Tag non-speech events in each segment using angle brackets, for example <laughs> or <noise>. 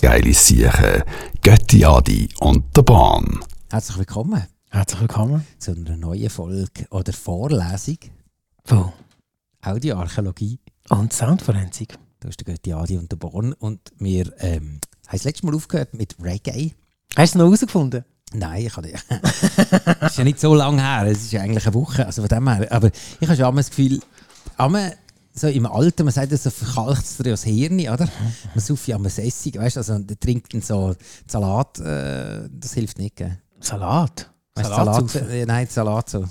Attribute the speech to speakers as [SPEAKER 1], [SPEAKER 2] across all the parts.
[SPEAKER 1] Geile Siechen, Götti Adi und der Bahn.
[SPEAKER 2] Herzlich willkommen
[SPEAKER 3] Herzlich willkommen.
[SPEAKER 2] zu einer neuen Folge oder Vorlesung
[SPEAKER 3] Wo?
[SPEAKER 2] Audioarchäologie.
[SPEAKER 3] Und Soundforensik.
[SPEAKER 2] Da ist der Götti Adi und der Born. Und wir ähm, haben das letzte Mal aufgehört mit Reggae.
[SPEAKER 3] Hast du es noch herausgefunden?
[SPEAKER 2] Nein, ich habe nicht. <laughs> ist ja nicht so lange her. Es ist ja eigentlich eine Woche. Also von dem her. Aber ich habe schon immer das Gefühl, immer so im Alter, man sagt ja so verkalkt es dir das Hirn, oder? Man sauft ja am Essig, weißt du, also der trinkt dann so Salat, äh, das hilft nicht, gell?
[SPEAKER 3] Salat.
[SPEAKER 2] Weißt du,
[SPEAKER 3] Salat saufen?
[SPEAKER 2] äh, nein, Salat so.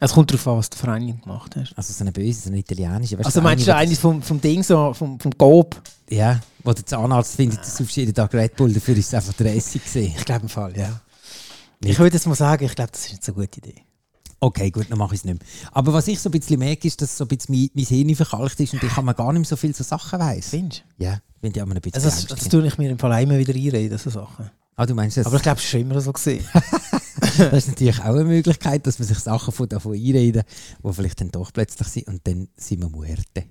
[SPEAKER 3] Es kommt darauf an, was du für einen gemacht hast.
[SPEAKER 2] Also so eine böse, so eine italienische. Weißt,
[SPEAKER 3] Also meinst du
[SPEAKER 2] der eine,
[SPEAKER 3] eigentlich vom, vom Ding, so, vom, vom Gob?
[SPEAKER 2] wo- Ja, wo der Zahnarzt findet, du saufst jeden Tag Red Bull, dafür ist es einfach der Essig gewesen.
[SPEAKER 3] Ich glaube im Fall, ja.
[SPEAKER 2] Nicht.
[SPEAKER 3] Ich würde jetzt mal sagen, ich glaube, das ist nicht so eine gute Idee.
[SPEAKER 2] Okay, gut, dann mache ich es nicht mehr. Aber was ich so ein bisschen merke, ist, dass so ein bisschen mein, mein Hirn verkalkt ist und ich kann mir gar nicht mehr so viel so Sachen weiss.
[SPEAKER 3] Findest du?
[SPEAKER 2] Ja, bin ich aber ein bisschen
[SPEAKER 3] Also, das, das
[SPEAKER 2] ängstlich.
[SPEAKER 3] tue ich mir im Fall auch immer wieder einreden, so Sachen.
[SPEAKER 2] Ah, du meinst, das,
[SPEAKER 3] Aber ich glaube, es ist schon immer so <laughs> gewesen.
[SPEAKER 2] <laughs> das ist natürlich auch eine Möglichkeit, dass man sich Sachen von davon einreden, die vielleicht dann doch plötzlich sind und dann sind wir Muerte.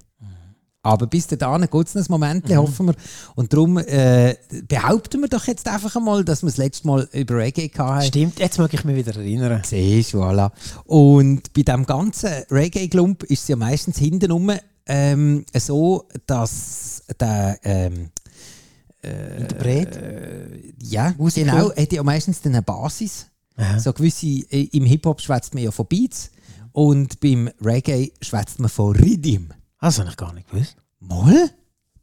[SPEAKER 2] Aber bis dahin geht es noch ein Moment,
[SPEAKER 3] Mhm.
[SPEAKER 2] hoffen wir. Und darum äh, behaupten wir doch jetzt einfach einmal, dass wir das letzte Mal über Reggae hatten.
[SPEAKER 3] Stimmt, jetzt mag ich mich wieder erinnern.
[SPEAKER 2] Siehst du, voilà. Und bei dem ganzen Reggae-Klump ist es ja meistens hintenrum ähm, so, dass der. Ähm,
[SPEAKER 3] Interpret?
[SPEAKER 2] äh, ja,
[SPEAKER 3] Musiker. Ah.
[SPEAKER 2] genau, hat ja meistens dann eine Basis.
[SPEAKER 3] Aha.
[SPEAKER 2] So gewisse, äh, Im Hip-Hop schwätzt man ja von Beats und beim Reggae schwätzt man von Rhythm.
[SPEAKER 3] Ah, das habe ich gar nicht gewusst.
[SPEAKER 2] Moll?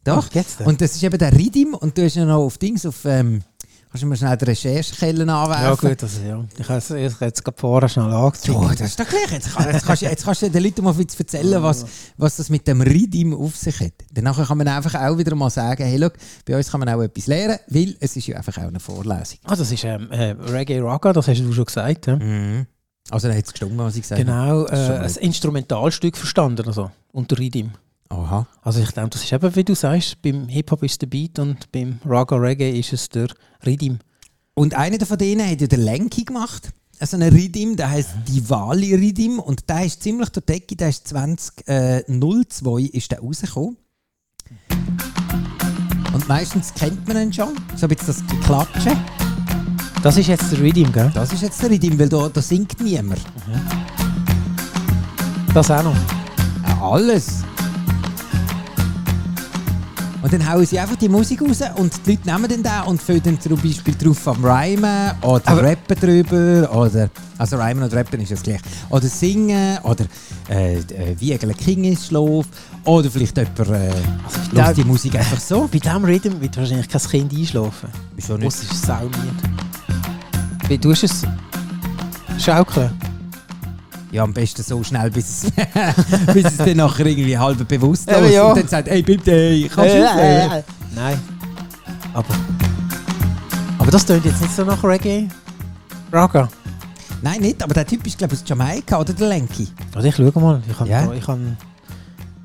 [SPEAKER 2] Doch.
[SPEAKER 3] Ach, geht's denn?
[SPEAKER 2] und das ist eben der Rhythm und du hast ja noch auf Dings, auf. Ähm, kannst du mal schnell die Recherchekellen anwerfen?
[SPEAKER 3] Ja, gut, also ja. Ich habe es ich habe jetzt gerade vorher schnell angezogen.
[SPEAKER 2] Ja, das ist doch gleich. Jetzt, kann, jetzt, kannst, du- jetzt kannst du den Leuten mal ein bisschen erzählen, was, was das mit dem Ridim auf sich hat. Danach kann man einfach auch wieder mal sagen, hey, look, bei uns kann man auch etwas lernen, weil es ist ja einfach auch eine Vorlesung.
[SPEAKER 3] Ah, das ist ähm, äh, Reggae Raga, das hast du schon gesagt. Ja?
[SPEAKER 2] Also dann hat es gestimmt, was ich gesagt habe.
[SPEAKER 3] Genau,
[SPEAKER 2] ist schon
[SPEAKER 3] äh,
[SPEAKER 2] mal
[SPEAKER 3] ein Instrumentalstück verstanden, also unter Rhythm.
[SPEAKER 2] Aha.
[SPEAKER 3] Also ich glaube, das ist eben, wie du sagst, beim Hip-Hop ist der Beat und beim Raga Reggae ist es der Rhythm.
[SPEAKER 2] Und einer von denen hat ja den Lenki gemacht. Also einen Ridim, der heißt Diwali Ridim und der ist ziemlich der Decke, der ist 2002 äh, 02 ist der rausgekommen. Und meistens kennt man ihn schon, so ein bisschen das Klatschen.
[SPEAKER 3] Das ist jetzt der Rhythm, gell?
[SPEAKER 2] Das ist jetzt der Ridim, weil da, da singt niemand.
[SPEAKER 3] Das auch noch.
[SPEAKER 2] Ja, Alles. Und dann hauen sie einfach die Musik raus und die Leute nehmen den da und füllen dann zum Beispiel drauf am Rhymen oder
[SPEAKER 3] Aber-
[SPEAKER 2] rappen drüber oder, also Rhymen und Rappen ist das gleich, oder singen oder äh, äh, Wiegel King ist Schlaf oder vielleicht jemand äh,
[SPEAKER 3] glaub-
[SPEAKER 2] lässt die Musik einfach so.
[SPEAKER 3] Bei diesem Rhythm wird wahrscheinlich kein Kind einschlafen.
[SPEAKER 2] Wieso
[SPEAKER 3] Das ist sauniert. Wie tust du es? Schaukeln?
[SPEAKER 2] Ja, am besten so schnell, bis es, <laughs> bis es dann nachher irgendwie halb bewusst
[SPEAKER 3] Eben,
[SPEAKER 2] ist
[SPEAKER 3] ja.
[SPEAKER 2] und dann sagt, hey, bitte, hey, kannst du aufhören?»
[SPEAKER 3] Äh, Nein. Aber... Aber das tönt jetzt nicht so nach Reggae. Raga.
[SPEAKER 2] Nein, nicht, aber der Typ ist, glaube ich, aus Jamaika oder der Lenki.
[SPEAKER 3] Also ich schau mal. Ich kann...
[SPEAKER 2] Ja.
[SPEAKER 3] Ich kann...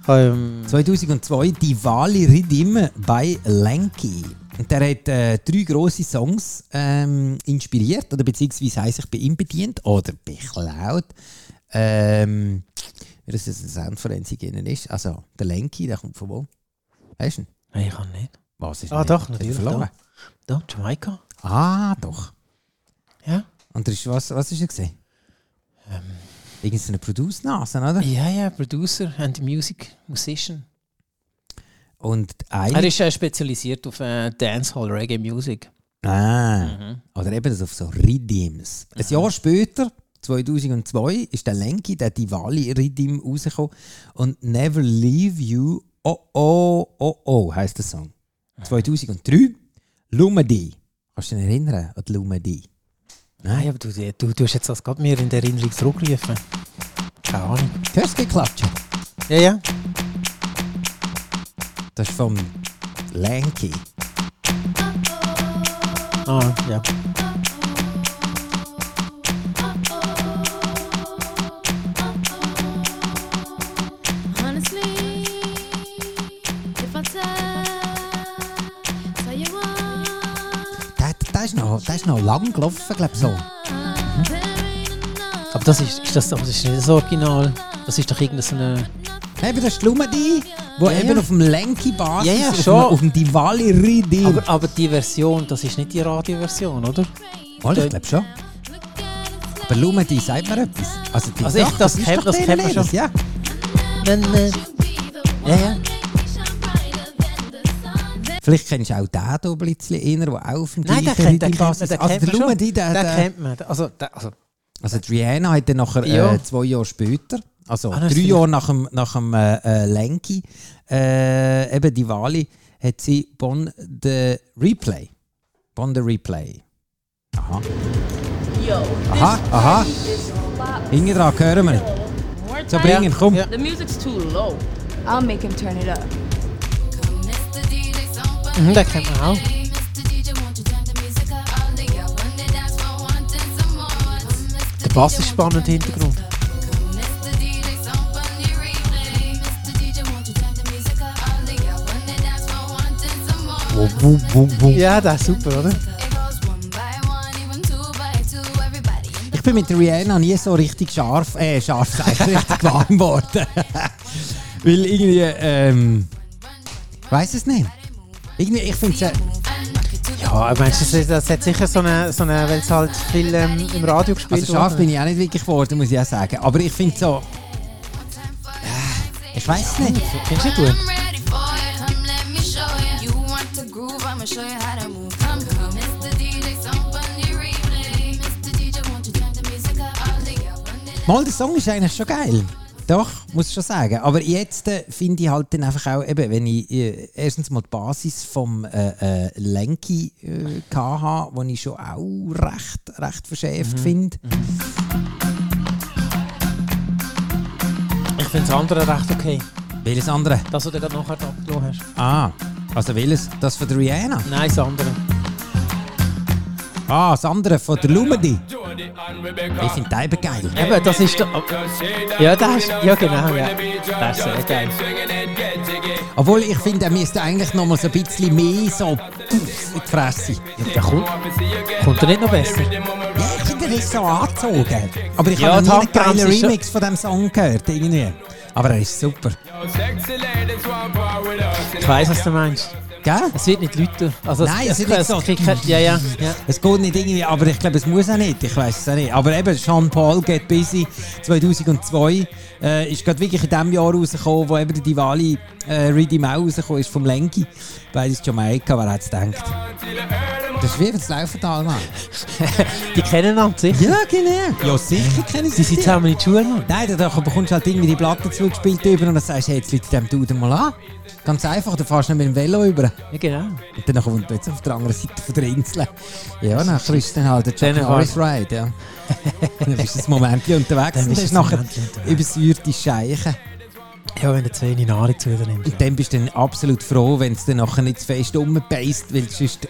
[SPEAKER 3] Ich kann ähm,
[SPEAKER 2] 2002 die Wali Ridim bei Lenki. Und der hat äh, drei grosse Songs ähm, inspiriert oder beziehungsweise haben sich bei ihm bedient oder beklaut. Ähm, wie das jetzt eine Soundforensik innen ist. Also der Lenki, der kommt von wo? Weißt du? ihn?
[SPEAKER 3] Nein, ich kann nicht.
[SPEAKER 2] Was ist
[SPEAKER 3] Ah,
[SPEAKER 2] denn?
[SPEAKER 3] doch,
[SPEAKER 2] Hat er
[SPEAKER 3] natürlich,
[SPEAKER 2] Verloren.
[SPEAKER 3] Da, Jamaika.
[SPEAKER 2] Ah, doch.
[SPEAKER 3] Ja.
[SPEAKER 2] Und der ist, was, was ist er gesehen? Irgend so eine Produce-Nase, oder?
[SPEAKER 3] Ähm. Ah, Ja, ja, Producer and Music Musician.
[SPEAKER 2] Und
[SPEAKER 3] Er
[SPEAKER 2] einer.
[SPEAKER 3] ist äh, spezialisiert auf äh, Dancehall, Reggae Music.
[SPEAKER 2] Ah.
[SPEAKER 3] Mhm.
[SPEAKER 2] Oder eben das auf so Rhythms. Ein Jahr später, 2002, ist der Lenki, der Diwali Rhythm rausgekommen. Und Never Leave You, oh oh oh oh, heisst der Song.
[SPEAKER 3] Mhm.
[SPEAKER 2] 2003, Lumadi. Kannst du dich erinnern an die Lumadi?
[SPEAKER 3] Nein, aber du, äh, du, du hast jetzt das gerade mir in der Erinnerung zurückgerufen. Keine Ahnung.
[SPEAKER 2] Hörst du die Klatsche?
[SPEAKER 3] Ja, ja.
[SPEAKER 2] Das ist vom Lenki.
[SPEAKER 3] Ah, ja.
[SPEAKER 4] Honestly, if I tell, tell you what,
[SPEAKER 2] Der, der, ist noch, der ist noch lang gelaufen, glaube ich so.
[SPEAKER 4] there ain't enough,
[SPEAKER 3] Aber das ist, ist das, aber das ist nicht das Original. Das ist doch irgendeine.
[SPEAKER 2] Eben, das ist die Lumadi. wo
[SPEAKER 3] Ja,
[SPEAKER 2] eben
[SPEAKER 3] ja.
[SPEAKER 2] auf dem Lenky-Basis,
[SPEAKER 3] Ja, ja,
[SPEAKER 2] auf, dem-
[SPEAKER 3] schon.
[SPEAKER 2] auf dem Diwali-Ridim.
[SPEAKER 3] Aber, aber die Version, das ist nicht die Radioversion, oder?
[SPEAKER 2] Mal, ich glaube schon. Aber Lume, die sagt mir etwas. Also, die
[SPEAKER 3] Also ich-
[SPEAKER 2] Sache,
[SPEAKER 3] das
[SPEAKER 2] ist
[SPEAKER 3] kenn-
[SPEAKER 2] doch
[SPEAKER 3] das
[SPEAKER 2] deren
[SPEAKER 3] kennt man schon.
[SPEAKER 2] ihres, Ja.
[SPEAKER 3] Nein, nein. Ja, ja.
[SPEAKER 2] Vielleicht kennst du auch den hier ein bisschen eher, der auch auf dem
[SPEAKER 3] Nein, den
[SPEAKER 2] gleichen
[SPEAKER 3] kennt, den kennt man,
[SPEAKER 2] Ridim-Basis-
[SPEAKER 3] den
[SPEAKER 2] Also,
[SPEAKER 3] kennt
[SPEAKER 2] der
[SPEAKER 3] man schon.
[SPEAKER 2] Lume, die, der,
[SPEAKER 3] Den
[SPEAKER 2] der,
[SPEAKER 3] kennt man. Also, der, also,
[SPEAKER 2] Also die Rihanna hat dann nachher
[SPEAKER 3] Ja.
[SPEAKER 2] äh, zwei Jahre später, also
[SPEAKER 3] Ah, das
[SPEAKER 2] drei
[SPEAKER 3] ist-
[SPEAKER 2] Jahre nach dem, nach dem äh, äh, Lenky, äh, eben die Wali, hat sie Bon the Replay. Bon the Replay. Aha. aha, aha. Hinten dran hören wir. So bringen, komm.
[SPEAKER 3] Ja.
[SPEAKER 5] The music's too low.
[SPEAKER 6] I'll make him turn it up.
[SPEAKER 3] mhm, den kennt man auch. Der Bass ist spannend im Hintergrund. Ja, der ist super, oder?
[SPEAKER 2] Ich bin mit der Rihanna nie so richtig scharf, äh, scharf, sag ich, <laughs> richtig warm geworden. <laughs> Weil irgendwie, ähm, weiß es nicht. Irgendwie, ich finde es, äh,
[SPEAKER 3] Ja, meinst du, das, das hat sicher so eine, so eine weil es halt viel ähm, im Radio gespielt
[SPEAKER 2] Also scharf
[SPEAKER 3] wurde.
[SPEAKER 2] bin ich auch nicht wirklich geworden, muss ich auch sagen. Aber ich finde so. Äh, Ich weiß nicht.
[SPEAKER 3] Findest du nicht gut?
[SPEAKER 2] Mal, der Song ist eigentlich schon geil. Doch, muss ich schon sagen. Aber jetzt äh, finde ich halt dann einfach auch, eben, wenn ich äh, erstens mal die Basis vom äh, äh, Lenki äh, hatte, die ich schon auch recht, recht verschärft finde.
[SPEAKER 3] Ich finde das andere recht okay.
[SPEAKER 2] Welches andere?
[SPEAKER 3] Das, was du gerade nachher abgelassen hast.
[SPEAKER 2] Ah, also welches? Das von der Rihanna.
[SPEAKER 3] Nein, das andere.
[SPEAKER 2] Ah, das andere von der Lumedi. Die sind teilweise geil.
[SPEAKER 3] Eben, das ist der... Oh. Ja, das ist... Ja, genau, ja. Das ist sehr geil.
[SPEAKER 2] Obwohl, ich finde, er müsste eigentlich noch mal so ein bisschen mehr so pff, in die Fresse.
[SPEAKER 3] Der kommt... Kommt er nicht noch besser?
[SPEAKER 2] Ja, ich finde, er ist so angezogen. Aber ich
[SPEAKER 3] Ja,
[SPEAKER 2] habe
[SPEAKER 3] die
[SPEAKER 2] noch nie einen
[SPEAKER 3] Handbremse
[SPEAKER 2] geilen
[SPEAKER 3] ist schon-
[SPEAKER 2] Remix von diesem Song gehört, irgendwie. Aber er ist super.
[SPEAKER 3] Ich weiss, was du meinst.
[SPEAKER 2] Gell?
[SPEAKER 3] Es wird nicht lauter. Also,
[SPEAKER 2] Nein, es wird
[SPEAKER 3] es-
[SPEAKER 2] nicht so-
[SPEAKER 3] es kriegt kein- Ja, ja, ja.
[SPEAKER 2] Es geht nicht irgendwie, aber ich glaube, es muss auch nicht. Ich weiß es auch nicht. Aber eben, Sean Paul geht busy 2002. Äh, ist gerade wirklich in dem Jahr rausgekommen, wo eben die Diwali äh, Ready Mau rausgekommen ist vom Lenki. Beides Jamaika, wer hätte es gedacht? Das ist wie das Laufen da, Mann.
[SPEAKER 3] Die kennen einander sicher.
[SPEAKER 2] Ja, genau. Ja, sicher kennen
[SPEAKER 3] Sie sind
[SPEAKER 2] dich.
[SPEAKER 3] zusammen in die Schule gegangen.
[SPEAKER 2] Nein, da bekommst du halt irgendwie die Platte zugespielt über und dann sagst du, hey, jetzt Leute, dem Dude mal an. Ganz einfach, dann fährst du nicht mit dem Velo über.
[SPEAKER 3] Ja, genau.
[SPEAKER 2] Und dann kommt plötzlich auf der anderen Seite von der Insel. Ja, nachher ist dann halt der Jack
[SPEAKER 3] Dann
[SPEAKER 2] Norris Ride, <laughs> ja. dann bist du ein Moment unterwegs
[SPEAKER 3] Dann
[SPEAKER 2] und
[SPEAKER 3] bist
[SPEAKER 2] dann ist
[SPEAKER 3] du ein
[SPEAKER 2] nachher
[SPEAKER 3] Momentchen unterwegs.
[SPEAKER 2] übersäuerte Scheiche.
[SPEAKER 3] Ja, wenn du zu wenig Nahrung zu dir nimmst.
[SPEAKER 2] Und dann bist du dann absolut froh, wenn es dann nachher nicht zu fest umbeißt, weil sonst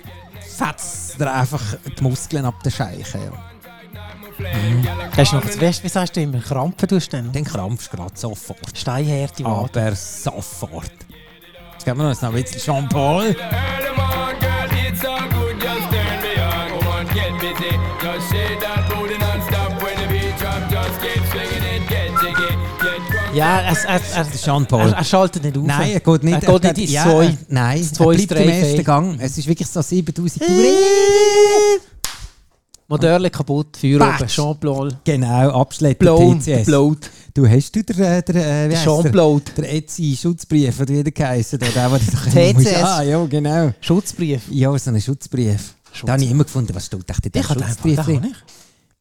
[SPEAKER 2] fetzt dir einfach die Muskeln ab der Scheiche. Ja.
[SPEAKER 3] Hast du noch zu fest, wie sagst du immer, Krampfen tust du dann? Ah.
[SPEAKER 2] Dann krampfst du gerade sofort.
[SPEAKER 3] Steinhärte Wade.
[SPEAKER 2] Aber sofort. Jetzt geben wir uns noch ein bisschen <laughs> Jean-Paul.
[SPEAKER 3] Ja, er, er, er,
[SPEAKER 2] Der Sean Paul.
[SPEAKER 3] er, er schaltet nicht auf.
[SPEAKER 2] Nein, er geht nicht.
[SPEAKER 3] Er geht nicht ins
[SPEAKER 2] ja,
[SPEAKER 3] Zwei.
[SPEAKER 2] er- Nein,
[SPEAKER 3] Ins Zwei, Äh.
[SPEAKER 2] er bleibt
[SPEAKER 3] drei,
[SPEAKER 2] im ersten
[SPEAKER 3] vier.
[SPEAKER 2] Gang. Es ist wirklich so 7000
[SPEAKER 3] Modelle kaputt, Feuer
[SPEAKER 2] Batsch.
[SPEAKER 3] oben, Jean-Paul.
[SPEAKER 2] Genau, abschleppen
[SPEAKER 3] Blown,
[SPEAKER 2] TCS.
[SPEAKER 3] blowt.
[SPEAKER 2] Du hast du der, äh, der, äh, wie heisst der,
[SPEAKER 3] Jean-Blowt.
[SPEAKER 2] der Etsy Schutzbrief, oder wie der geheissen hat, der, der
[SPEAKER 3] <laughs>
[SPEAKER 2] dich
[SPEAKER 3] TCS.
[SPEAKER 2] Ah, ja, genau.
[SPEAKER 3] Schutzbrief.
[SPEAKER 2] Ja, so einen Schutzbrief. Da habe ich immer gefunden, was steht echt in diesem
[SPEAKER 3] Ich habe einfach den
[SPEAKER 2] Schutzbrief
[SPEAKER 3] habe
[SPEAKER 2] drin.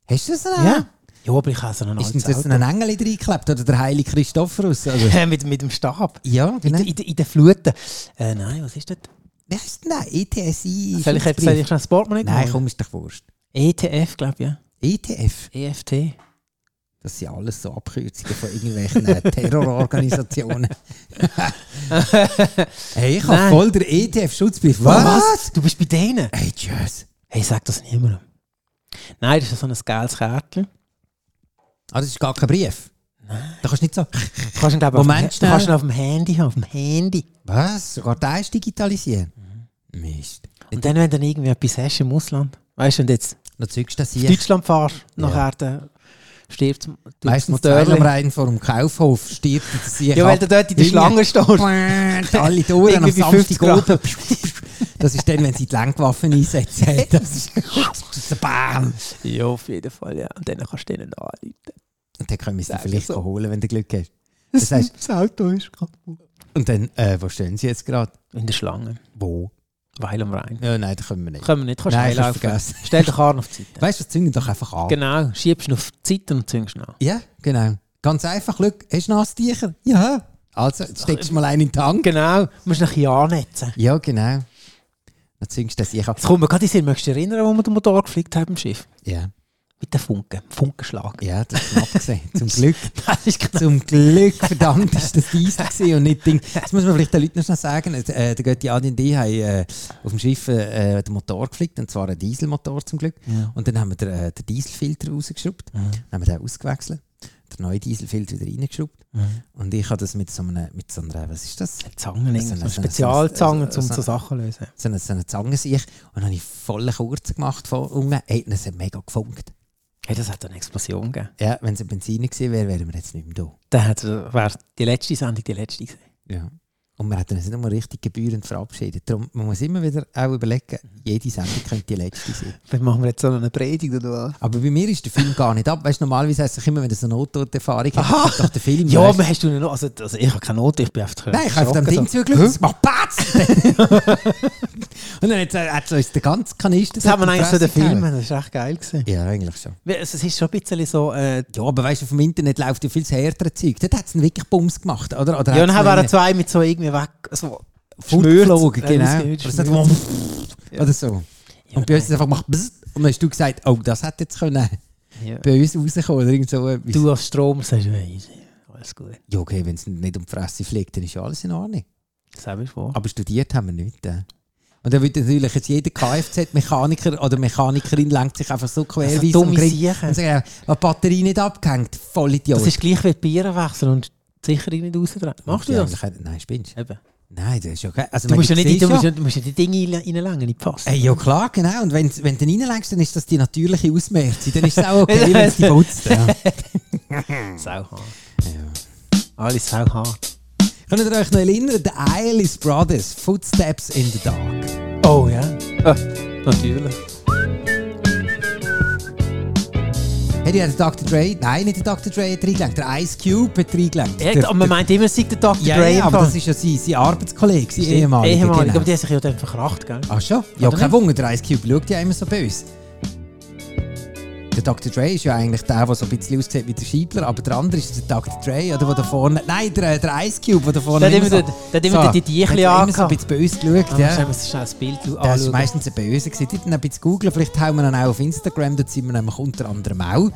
[SPEAKER 3] ich.
[SPEAKER 2] Hast du so einen?
[SPEAKER 3] Ja. Ja, aber ich habe so einen
[SPEAKER 2] Ist denn
[SPEAKER 3] alten
[SPEAKER 2] das
[SPEAKER 3] Auto.
[SPEAKER 2] ein Engel reingeklebt oder der heilige Christophorus? Oder?
[SPEAKER 3] Hä, <laughs> mit, mit dem Stab.
[SPEAKER 2] ja,
[SPEAKER 3] In,
[SPEAKER 2] genau.
[SPEAKER 3] der- in, der- in den Fluten. Äh, nein, was ist das?
[SPEAKER 2] Wie heisst denn der? E ETSI
[SPEAKER 3] Soll ich jetzt soll
[SPEAKER 2] Schutzbrief?
[SPEAKER 3] ich schnell das Portemonnaie
[SPEAKER 2] Nein,
[SPEAKER 3] holen?
[SPEAKER 2] komm, ist doch wurscht. E
[SPEAKER 3] ETF, glaube ich, ja. E
[SPEAKER 2] ETF.
[SPEAKER 3] EFT.
[SPEAKER 2] Das sind alles so Abkürzungen von irgendwelchen
[SPEAKER 3] <laughs>
[SPEAKER 2] äh, Terrororganisationen. hey, ich habe
[SPEAKER 3] Nein.
[SPEAKER 2] voll der ETF-Schutzbrief. Was?
[SPEAKER 3] Du bist bei denen?
[SPEAKER 2] Hey, tschüss.
[SPEAKER 3] Hey, sag das niemandem. Nein, das ist so ein geiles Kärtchen.
[SPEAKER 2] Ah, das ist gar kein Brief. Da kannst du nicht so.
[SPEAKER 3] Du kannst ihn, glaube ich,
[SPEAKER 2] Moment,
[SPEAKER 3] auf, dem-
[SPEAKER 2] schnell.
[SPEAKER 3] du kannst ihn auf dem Handy haben. Auf dem Handy.
[SPEAKER 2] Was? Sogar das ist digitalisieren?
[SPEAKER 3] Mhm.
[SPEAKER 2] Mist.
[SPEAKER 3] Und dann, wenn du dann irgendwie etwas hast im Ausland, weißt du, wenn du jetzt
[SPEAKER 2] Dann zügst du das
[SPEAKER 3] in
[SPEAKER 2] hier.
[SPEAKER 3] Deutschland fahrst, nachher äh, den stirbt tut's
[SPEAKER 2] Meistens
[SPEAKER 3] Motörli.
[SPEAKER 2] Teil am Rhein vor dem Kaufhof stirbt er sich
[SPEAKER 3] Ja, weil du dort in der Schlange stehst.
[SPEAKER 2] stehst. <laughs> Alle Touren am
[SPEAKER 3] Irgendwie
[SPEAKER 2] Samstag
[SPEAKER 3] bei 50 Grad.
[SPEAKER 2] oben. Das ist dann, wenn sie die Lenkwaffen einsetzen. Hey,
[SPEAKER 3] <laughs>
[SPEAKER 2] Das ist <laughs> das ist Bam.
[SPEAKER 3] Ja, auf jeden Fall, ja. Und dann kannst du denen anrufen.
[SPEAKER 2] Und dann können wir sie
[SPEAKER 3] Sag
[SPEAKER 2] vielleicht
[SPEAKER 3] so.
[SPEAKER 2] holen, wenn du Glück hast. Das heißt,
[SPEAKER 3] <laughs> das Auto ist kaputt.
[SPEAKER 2] und dann, äh, wo stehen sie jetzt gerade?
[SPEAKER 3] In der Schlange.
[SPEAKER 2] Wo?
[SPEAKER 3] Weil am Rhein.
[SPEAKER 2] Ja, nein, da können wir nicht.
[SPEAKER 3] Können wir nicht, kannst
[SPEAKER 2] Nein,
[SPEAKER 3] schnell
[SPEAKER 2] das
[SPEAKER 3] laufen.
[SPEAKER 2] vergessen.
[SPEAKER 3] Stell den Karren auf die Seite.
[SPEAKER 2] Weißt du, das zünden doch einfach an.
[SPEAKER 3] <laughs> Genau, schiebst ihn auf die Seite und zündest ihn an.
[SPEAKER 2] Ja, genau. Ganz einfach, Glück. Hast du Nasstücher? Ja. Also, jetzt steckst du mal einen in den Tank.
[SPEAKER 3] Genau, musst nach Jahr netzen.
[SPEAKER 2] Ja, genau. Dann zündest du das sicher.
[SPEAKER 3] Jetzt kommt mir gerade in den Sinn, möchtest du dich erinnern, wo wir den Motor gefliegt haben im Schiff?
[SPEAKER 2] Ja,
[SPEAKER 3] Mit dem Funken, Funkenschlag. <laughs>
[SPEAKER 2] ja, das ist knapp gesehen. Zum Glück.
[SPEAKER 3] Das ist
[SPEAKER 2] <laughs>
[SPEAKER 3] genau
[SPEAKER 2] Zum Glück, verdammt, ist das dies gewesen und nicht Ding. Das muss man vielleicht den Leuten noch schnell sagen. Äh, der Götti Adi und ich haben äh, auf dem Schiff äh, den Motor geflickt, und zwar einen Dieselmotor zum Glück.
[SPEAKER 3] Ja.
[SPEAKER 2] Und dann haben wir den, äh, den Dieselfilter rausgeschraubt, dann haben wir den ausgewechselt, den neuen Dieselfilter wieder reingeschraubt.
[SPEAKER 3] Mhm.
[SPEAKER 2] Und ich habe das mit so einer, mit so einer, was ist das?
[SPEAKER 3] Zangen,
[SPEAKER 2] So eine-
[SPEAKER 3] irgendwas,
[SPEAKER 2] so eine-
[SPEAKER 3] Spezialzangen,
[SPEAKER 2] so
[SPEAKER 3] um
[SPEAKER 2] eine-
[SPEAKER 3] so Sachen zu lösen.
[SPEAKER 2] So eine, so eine Zange sich. Und dann habe ich voll kurz gemacht von unten. Hey, und es hat mega gefunkt.
[SPEAKER 3] Hey, das hat eine Explosion gegeben.
[SPEAKER 2] Ja, wenn es ein Benziner gewesen wäre, wären wir jetzt nicht mehr da.
[SPEAKER 3] Dann hat- wäre die letzte Sendung die letzte gewesen.
[SPEAKER 2] Ja. Und wir hätten uns nicht mal richtig gebührend verabschiedet. Darum, man muss immer wieder auch überlegen, jede Sendung könnte die letzte sein.
[SPEAKER 3] Dann machen wir jetzt so eine Predigt oder was?
[SPEAKER 2] Aber bei mir ist der Film gar nicht ab. Weißt, du, normalerweise heisst es doch immer, wenn du so eine Notorderfahrung hast, kommt doch der Film.
[SPEAKER 3] Ja,
[SPEAKER 2] weißt du.
[SPEAKER 3] aber hast du eine Not? Also, also ich habe keine Not, ich bin einfach
[SPEAKER 2] Nein, ich habe auf dem Ding
[SPEAKER 3] erschrocken, so.
[SPEAKER 2] zugeschaut, es macht Patz! <laughs> Und dann hat es- hat es uns den ganzen Kanister...
[SPEAKER 3] Das hat man eigentlich so in den
[SPEAKER 2] Film
[SPEAKER 3] Filmen, das war echt geil. Gewesen.
[SPEAKER 2] Ja, eigentlich schon.
[SPEAKER 3] Weil, also, Es ist schon ein bisschen so... Äh,
[SPEAKER 2] Ja, aber weißt du, auf dem Internet läuft ja viel härtere Zeug. Dort hat es wirklich Bums gemacht, oder? oder
[SPEAKER 3] ja,
[SPEAKER 2] hat's
[SPEAKER 3] dann
[SPEAKER 2] noch
[SPEAKER 3] wären
[SPEAKER 2] einen
[SPEAKER 3] zwei mit so irgendwie weg... Also,
[SPEAKER 2] Fortgeflogen,
[SPEAKER 3] Schmürz, äh,
[SPEAKER 2] genau.
[SPEAKER 3] ausgehört,
[SPEAKER 2] Aber es hat
[SPEAKER 3] Schmürz.
[SPEAKER 2] <laughs> so- Oder so.
[SPEAKER 3] Ja,
[SPEAKER 2] Und bei uns ist es einfach gemacht... bzzzt. Und dann hast du gesagt, oh, das hätte jetzt können...
[SPEAKER 3] Ja.
[SPEAKER 2] bei uns rauskommen oder irgend so etwas.
[SPEAKER 3] Du als Strom sagst, hey, easy, alles gut.
[SPEAKER 2] Ja, okay, wenn es nicht um die Fresse fliegt, dann ist ja alles in Ordnung.
[SPEAKER 3] Das habe ich vor.
[SPEAKER 2] Aber studiert haben wir nicht. Äh. Und dann wird natürlich jetzt jeder Kfz-Mechaniker oder Mechanikerin lenkt sich einfach so quer
[SPEAKER 3] Also
[SPEAKER 2] wie
[SPEAKER 3] dumme
[SPEAKER 2] Grind.
[SPEAKER 3] Siechen.
[SPEAKER 2] Und sagt, äh, die Batterie nicht abgehängt, voll Idiot.
[SPEAKER 3] Das ist gleich wie die Biere wechseln und die Sicherung nicht rausdrehen. Machst du
[SPEAKER 2] Ja,
[SPEAKER 3] das?
[SPEAKER 2] eigentlich- Nein, spinnst du?
[SPEAKER 3] Eben.
[SPEAKER 2] Nein, das ist ja okay. Also,
[SPEAKER 3] Du
[SPEAKER 2] wenn
[SPEAKER 3] musst ja nicht,
[SPEAKER 2] siehst
[SPEAKER 3] du musst, ja- du musst ja die Dinge rein- reinlängen, nicht fassen.
[SPEAKER 2] Ey, ja klar, genau. Und wenn, wenn du dann reinlegst, dann ist das die natürliche Ausmerzung. Dann ist es
[SPEAKER 3] <laughs>
[SPEAKER 2] auch okay,
[SPEAKER 3] Ja.
[SPEAKER 2] wenn es die putzt. Ja.
[SPEAKER 3] Sauhart. Alles sauhart.
[SPEAKER 2] Könnt ihr euch noch erinnern? The Eilish Brothers, Footsteps in the Dark.
[SPEAKER 3] Oh ja. Ah, natürlich.
[SPEAKER 2] Hey, die hat der Dr. Dre, nein, nicht der Dr. Dre hat reingelenkt, der Ice Cube hat reingelenkt. Der-
[SPEAKER 3] Ja, aber man meint immer, es sei der Dr.
[SPEAKER 2] ja,
[SPEAKER 3] Dre.
[SPEAKER 2] ja,
[SPEAKER 3] im
[SPEAKER 2] aber
[SPEAKER 3] Fall.
[SPEAKER 2] das ist ja sein, sein Arbeitskollege, sein
[SPEAKER 3] Stimmt.
[SPEAKER 2] ehemaliger. genau.
[SPEAKER 3] Ehemalige,
[SPEAKER 2] Ah,
[SPEAKER 3] aber die haben sich ja dann verkracht, gell?
[SPEAKER 2] Ach schon? Ja,
[SPEAKER 3] Oder
[SPEAKER 2] kein
[SPEAKER 3] nicht?
[SPEAKER 2] Wunder, der Ice Cube schaut ja immer so bei uns. Der Dr. Dre ist ja eigentlich der, der so ein bisschen aussieht wie der Schiedler, aber der andere ist der Dr. Dre, oder der da vorne... Nein, der, der Ice Cube, der da vorne...
[SPEAKER 3] Der hat
[SPEAKER 2] immer
[SPEAKER 3] immer
[SPEAKER 2] so,
[SPEAKER 3] den- der hat immer den- die Tüchli
[SPEAKER 2] der hat immer so ein bisschen
[SPEAKER 3] angehabt.
[SPEAKER 2] bei uns geschaut,
[SPEAKER 3] Ah,
[SPEAKER 2] ja.
[SPEAKER 3] Schauen wir uns schnell das Bild
[SPEAKER 2] Das war
[SPEAKER 3] an.
[SPEAKER 2] meistens ein Böse. gewesen. Dort noch ein bisschen googeln, vielleicht hauen wir ihn auch auf Instagram, dort sind wir nämlich unter anderem auch.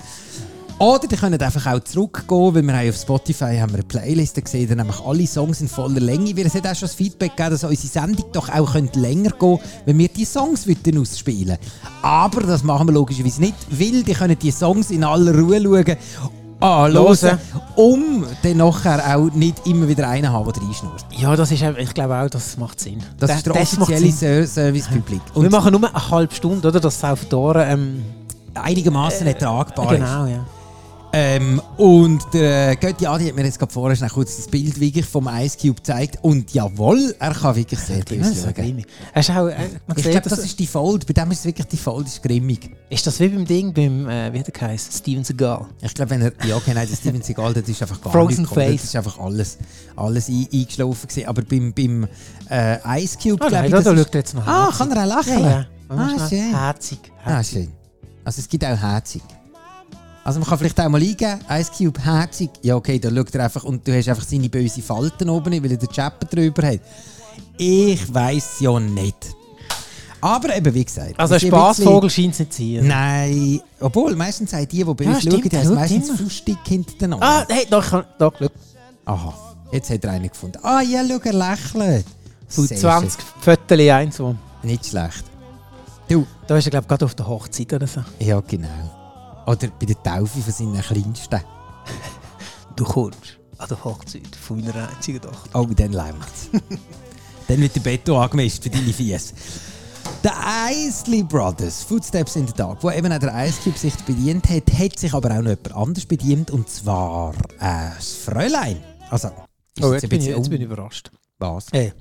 [SPEAKER 2] Oder ihr könnt einfach auch zurückgehen, weil wir haben auf Spotify haben wir eine Playlist gesehen, da haben nämlich alle Songs in voller Länge, weil es hat auch schon das Feedback gegeben, dass unsere Sendung doch auch könnte länger gehen wenn wir die Songs würden ausspielen Aber das machen wir logischerweise nicht, weil die können die Songs in aller Ruhe schauen, anhören,
[SPEAKER 3] Hören.
[SPEAKER 2] um dann nachher auch nicht immer wieder einen haben, der reinschnurrt.
[SPEAKER 3] Ja, das ist, eben- ich glaube auch, das macht Sinn.
[SPEAKER 2] Das
[SPEAKER 3] Der-
[SPEAKER 2] ist der
[SPEAKER 3] das macht
[SPEAKER 2] offizielle
[SPEAKER 3] Sinn.
[SPEAKER 2] Ser- Servicepublik.
[SPEAKER 3] Wir
[SPEAKER 2] Und
[SPEAKER 3] machen nur eine halbe Stunde, oder? Das Salvatore, ähm,
[SPEAKER 2] einigermaßen ertragbar ist.
[SPEAKER 3] genau, ja.
[SPEAKER 2] Ähm, und der Götti Adi hat mir jetzt gerade vorher schnell kurz das Bild wirklich vom Ice Cube gezeigt. Und jawohl, er kann wirklich sehr
[SPEAKER 3] Ja, das
[SPEAKER 2] böse
[SPEAKER 3] ist so
[SPEAKER 2] schauen.
[SPEAKER 3] grimmig. Hast du auch, äh, man
[SPEAKER 2] Ich
[SPEAKER 3] sieht,
[SPEAKER 2] glaube,
[SPEAKER 3] dass-
[SPEAKER 2] das ist die Fold. Bei dem ist es wirklich die Fold, ist grimmig.
[SPEAKER 3] Ist das wie beim Ding, beim, äh, wie hat er geheißen? Steven Seagal.
[SPEAKER 2] Ich glaube, wenn er. Ja, okay, nein, der Steven Seagal, das ist einfach gar
[SPEAKER 3] Frozen
[SPEAKER 2] nichts gekommen.
[SPEAKER 3] Face.
[SPEAKER 2] Das ist einfach alles, alles ein, eingeschlafen. Gewesen. Aber beim, beim äh, Ice Cube,
[SPEAKER 3] Ah,
[SPEAKER 2] glaube
[SPEAKER 3] nein,
[SPEAKER 2] ich. das
[SPEAKER 3] da, da
[SPEAKER 2] ist-
[SPEAKER 3] schaut er jetzt noch
[SPEAKER 2] ah,
[SPEAKER 3] herzig.
[SPEAKER 2] kann er auch lachen? Ah, schön.
[SPEAKER 3] Herzig.
[SPEAKER 2] Ah,
[SPEAKER 3] herzig.
[SPEAKER 2] schön. Also es gibt auch herzig. Also man kann vielleicht auch mal eingeben, Ice Cube herzig. Ja okay, da schaut er einfach und du hast einfach seine böse Falten oben, nicht, weil er den Chappen drüber hat. Ich weiß ja nicht. Aber eben wie gesagt.
[SPEAKER 3] Also ein
[SPEAKER 2] es ist
[SPEAKER 3] Spaßvogel
[SPEAKER 2] bisschen-
[SPEAKER 3] scheint es nicht zu sein.
[SPEAKER 2] Nein, obwohl meistens sind die, die bei
[SPEAKER 3] Ja,
[SPEAKER 2] uns
[SPEAKER 3] stimmt,
[SPEAKER 2] schauen, die
[SPEAKER 3] der
[SPEAKER 2] haben
[SPEAKER 3] schaut
[SPEAKER 2] meistens
[SPEAKER 3] immer.
[SPEAKER 2] Frühstück hintereinander.
[SPEAKER 3] Ah, hey, da kann da, schau.
[SPEAKER 2] Aha, jetzt hat er einen gefunden. Ah ja, schau, er lächelt.
[SPEAKER 3] Von
[SPEAKER 2] Sehr
[SPEAKER 3] 20 Viertel eins. Wo.
[SPEAKER 2] schön. Nicht schlecht. Du,
[SPEAKER 3] Da ist er, glaube ich, gerade auf der Hochzeit oder so.
[SPEAKER 2] ja genau. Oder bei der Taufe von seinen Kleinsten.
[SPEAKER 3] Du kommst an der Hochzeit von meiner einzigen Tochter.
[SPEAKER 2] Oh, dann läuft Dann wird der Beton angemischt für deine Füße. The Isley Brothers, Footsteps in the Dark, wo eben auch der Ice Cube sich bedient hat, hat sich aber auch noch jemand anders bedient, und zwar äh, das Fräulein. Also, ist
[SPEAKER 3] Oh,
[SPEAKER 2] jetzt
[SPEAKER 3] jetzt
[SPEAKER 2] ein
[SPEAKER 3] bin, ich,
[SPEAKER 2] bisschen-
[SPEAKER 3] jetzt bin ich überrascht.
[SPEAKER 2] was?
[SPEAKER 3] Hey,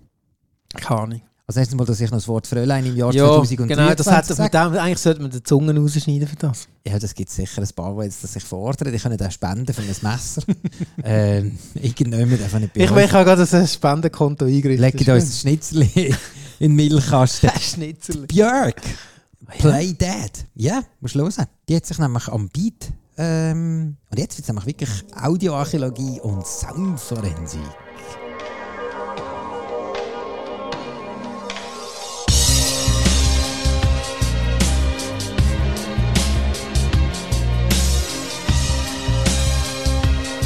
[SPEAKER 3] keine Ahnung.
[SPEAKER 2] Also erstens mal, dass ich noch das Wort Fräulein im Jahr
[SPEAKER 3] Ja,
[SPEAKER 2] 2023
[SPEAKER 3] genau, das hat, mit
[SPEAKER 2] gesagt
[SPEAKER 3] dem, eigentlich sollte man die Zunge rausschneiden für das.
[SPEAKER 2] Ja, das gibt sicher ein paar, die jetzt das sich fordern. Die können auch spenden für ein Messer. <laughs> ähm, irgendjemand einfach nicht bei
[SPEAKER 3] Ich, ich
[SPEAKER 2] uns.
[SPEAKER 3] habe gerade ein Spendenkonto eingerichtet.
[SPEAKER 2] Legt uns das Schnitzel <laughs> in den
[SPEAKER 3] <laughs>
[SPEAKER 2] Milchkasten.
[SPEAKER 3] das Schnitzel.
[SPEAKER 2] Björk, Play Dead. Ja, musst hören. Die hat sich nämlich am Beat. Ähm, und jetzt wird es nämlich wirklich Audioarchäologie und Soundforensik.